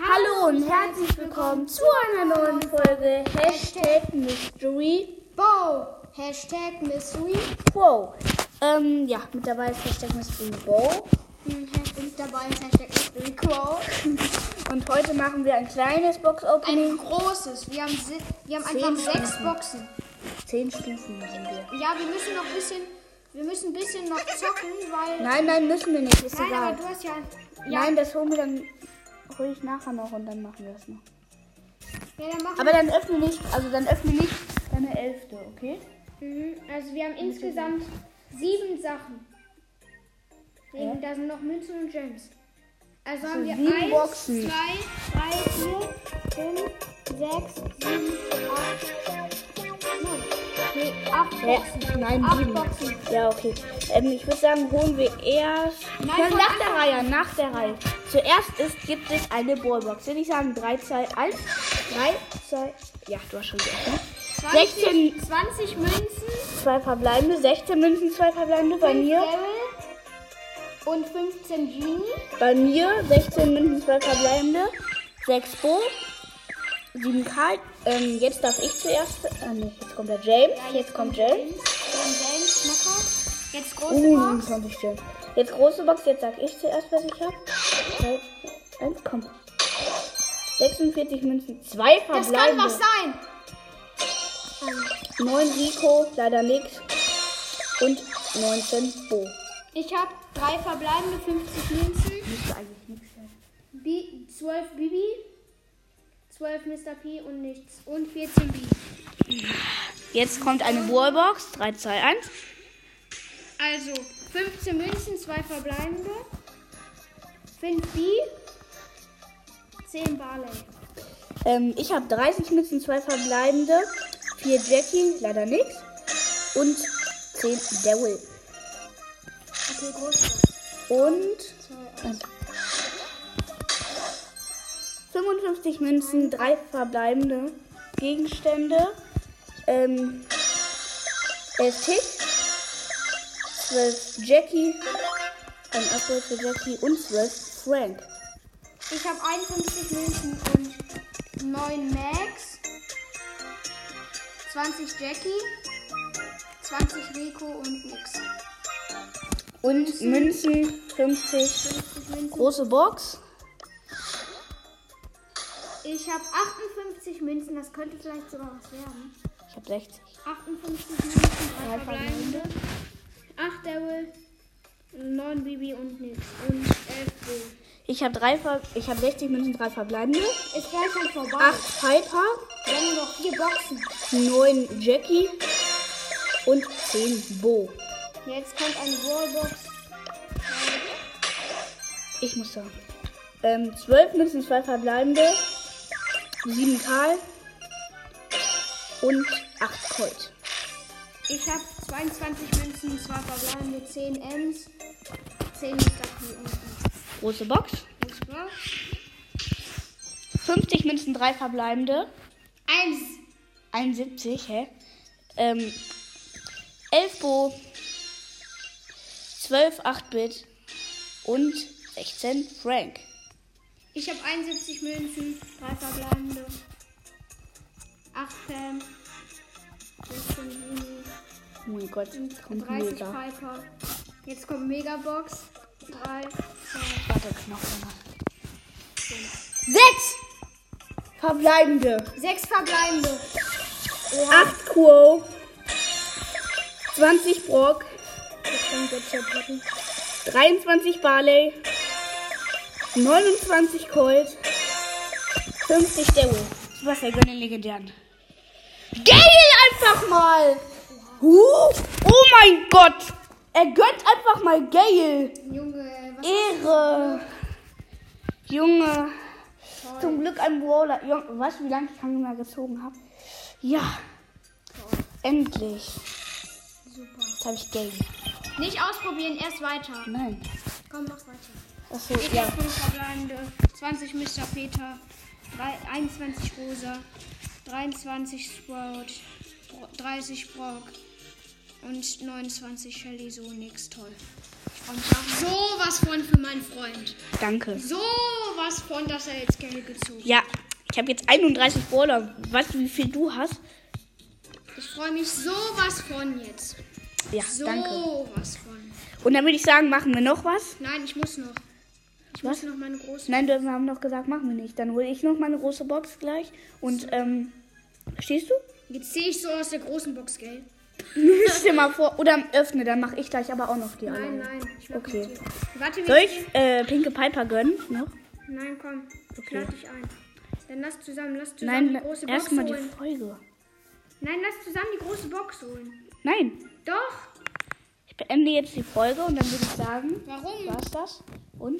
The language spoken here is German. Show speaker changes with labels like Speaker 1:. Speaker 1: Hallo und herzlich willkommen zu einer neuen Folge Hashtag Mystery
Speaker 2: Bo. Hashtag Mystery.
Speaker 1: Wow. Ähm, ja, mit dabei ist Hashtag Mystery Bow.
Speaker 2: Hm, Und dabei ist Hashtag Mystery Quo.
Speaker 1: Und heute machen wir ein kleines
Speaker 2: Ein
Speaker 1: Box-Opening.
Speaker 2: großes. Wir haben, si- wir haben
Speaker 1: Zehn
Speaker 2: einfach sechs
Speaker 1: Stunden.
Speaker 2: Boxen.
Speaker 1: Zehn Stufen machen wir.
Speaker 2: Ja, wir müssen noch ein bisschen, wir müssen ein bisschen noch zocken, weil...
Speaker 1: Nein, nein, müssen wir nicht. Ist
Speaker 2: Nein,
Speaker 1: egal.
Speaker 2: aber du hast ja... Ja,
Speaker 1: Nein, das holen wir dann ruhig nachher noch und dann machen wir es noch.
Speaker 2: ja dann machen
Speaker 1: Aber dann öffne nicht, also dann öffne nicht deine Elfte, okay?
Speaker 2: Mhm, Also wir haben insgesamt sieben Sachen. Wegen, Da sind noch Münzen und Gems. Also haben wir
Speaker 1: sieben
Speaker 2: eins,
Speaker 1: Boxen.
Speaker 2: zwei, drei, vier, fünf, sechs, sieben, acht, neun. Nee, acht Boxen.
Speaker 1: nein,
Speaker 2: acht
Speaker 1: sieben.
Speaker 2: Boxen.
Speaker 1: Ja, okay. Ähm, ich würde sagen, holen wir erst.
Speaker 2: Nein,
Speaker 1: Ja,
Speaker 2: von
Speaker 1: nach der
Speaker 2: Anfang
Speaker 1: Reihe, nach der Reihe. Zuerst ist, gibt es eine Ballbox. Würde ich sagen, 3, 2, 1. 3, 2. Ja, du hast schon geöffnet. 16.
Speaker 2: 20, 20 Münzen,
Speaker 1: Zwei verbleibende, 16 Münzen, zwei verbleibende. Bei mir,
Speaker 2: Daryl und 15 Genie.
Speaker 1: bei mir 16 Münzen, zwei verbleibende. 6 Bo, 7 Karl. Ähm, jetzt darf ich zuerst. Ah, nee, jetzt kommt der James. jetzt kommt James.
Speaker 2: Dann James, Schnacker. Jetzt große
Speaker 1: Uh,
Speaker 2: Box.
Speaker 1: 27 Stellen. Jetzt große Box, jetzt sag ich zuerst, was ich hab. Drei, eins, komm. 46 Münzen, zwei
Speaker 2: Das kann
Speaker 1: verbleibende.
Speaker 2: was sein.
Speaker 1: 9 Rico, leider nix. Und 19 Bo.
Speaker 2: Ich habe drei verbleibende 50 Münzen.
Speaker 1: Müsste eigentlich nix sein.
Speaker 2: B 12 Bibi, 12 Mr. P und nichts. Und 14 B.
Speaker 1: Jetzt kommt eine Wallbox, 3, 2, 1.
Speaker 2: Also 15 Münzen, 2 verbleibende, 5 B, 10 Barley.
Speaker 1: Ähm, ich habe 30 Münzen, zwei verbleibende. 4 Jackie, leider nix. Und 10 Daryl.
Speaker 2: Okay, groß.
Speaker 1: Und
Speaker 2: Zwei.
Speaker 1: 55 Münzen, drei verbleibende Gegenstände, ähm, 11 Tick, 12 Jackie, ein Upgrade für Jackie und 12 Frank.
Speaker 2: Ich habe 51 Münzen und 9 Max, 20 Jackie, 20 Rico und nix.
Speaker 1: Und Münzen 50,
Speaker 2: 50 Münzen.
Speaker 1: große Box.
Speaker 2: Ich habe 58 Münzen, das könnte vielleicht sogar was werden.
Speaker 1: Ich habe 60.
Speaker 2: 58 Münzen, drei
Speaker 1: Drei
Speaker 2: verbleibende. 8 Devil, 9 Bibi und nix. Und 11 B.
Speaker 1: Ich habe drei Ver ich habe 60 Münzen, drei verbleibende,
Speaker 2: Ist gleich schon vorbei.
Speaker 1: 8 Hyper,
Speaker 2: Wir haben nur noch 4 Boxen.
Speaker 1: 9 Jackie und 10 Bo.
Speaker 2: Jetzt kommt eine Wallbox.
Speaker 1: Ich muss sagen. Ähm, 12 Münzen, 2 verbleibende, 7 Karl und 8 Colt.
Speaker 2: Ich habe 22 Münzen, 2 verbleibende, 10 Ms, 10 Mr. P und nix.
Speaker 1: Große Box.
Speaker 2: Nix mehr.
Speaker 1: 50 Münzen, 3 verbleibende,
Speaker 2: Eins.
Speaker 1: 71, hä? Ähm, 11 Bo, 12 8-Bit und 16 Frank.
Speaker 2: Ich habe 71 Münzen, 3 verbleibende, 8 Pam, 16 Juni.
Speaker 1: Oh mein Gott, kommt
Speaker 2: 30
Speaker 1: mega.
Speaker 2: Piper. Jetzt kommt Megabox. 3, 2,
Speaker 1: Warte, Knochen. 6 verbleibende.
Speaker 2: 6 verbleibende.
Speaker 1: 8 Quo, 20 Brock, 23 Barley, 29 Colt, 50 Daryl. Was er gönnt den legendären. Gale einfach mal! Huh? Oh mein Gott! Er gönnt einfach mal Gale!
Speaker 2: Junge, was
Speaker 1: Ehre! Junge!
Speaker 2: Toll.
Speaker 1: Zum Glück ein Brawler. Junge, weißt du, wie lange ich Hunger gezogen habe? Ja! Endlich!
Speaker 2: Super.
Speaker 1: Jetzt habe ich Gale. E-
Speaker 2: Nicht ausprobieren, erst weiter.
Speaker 1: Nein.
Speaker 2: Komm, mach weiter.
Speaker 1: Achso,
Speaker 2: Ich
Speaker 1: ja.
Speaker 2: hab 5 verbleibende. 20 Mr. Peter. drei- 21 Rosa. 23 Sprout. Bro- 30 Brock. Und 29 Shelly, so nix toll.
Speaker 1: Und schaffen.
Speaker 2: Sowas von für meinen Freund.
Speaker 1: Danke.
Speaker 2: Sowas von, dass er jetzt Geld gezogen
Speaker 1: Ja, ich habe jetzt 31 Brawler. Weißt du, wie viel du hast?
Speaker 2: hat. Ich freue mich sowas von jetzt.
Speaker 1: Ja, danke.
Speaker 2: Sowas von.
Speaker 1: Und dann würde ich sagen, machen wir noch was?
Speaker 2: Nein, ich muss noch. Ich
Speaker 1: Was?
Speaker 2: muss noch meine große.
Speaker 1: Nein, wir haben noch gesagt, machen wir nicht. Dann hole ich noch meine große Box gleich. Und, ähm, verstehst du?
Speaker 2: Jetzt sehe ich so aus der großen Box, gell?
Speaker 1: Stell mal vor. Oder öffne, dann mache ich gleich aber auch noch die
Speaker 2: Nein,
Speaker 1: anderen.
Speaker 2: nein. Ich mach
Speaker 1: genau. Okay.
Speaker 2: nicht hier. Warte,
Speaker 1: Soll
Speaker 2: wir
Speaker 1: ich äh, Pinke Piper gönnen noch?
Speaker 2: Nein, komm. Ich
Speaker 1: Okay.
Speaker 2: lade dich ein. Dann lass zusammen, lass zusammen
Speaker 1: Nein,
Speaker 2: die große Box
Speaker 1: erstmal die
Speaker 2: holen.
Speaker 1: Folge.
Speaker 2: Nein, lass zusammen die große Box holen.
Speaker 1: Nein,
Speaker 2: Doch.
Speaker 1: ich beende jetzt die Folge und dann würde ich sagen,
Speaker 2: Warum?
Speaker 1: war's das. Und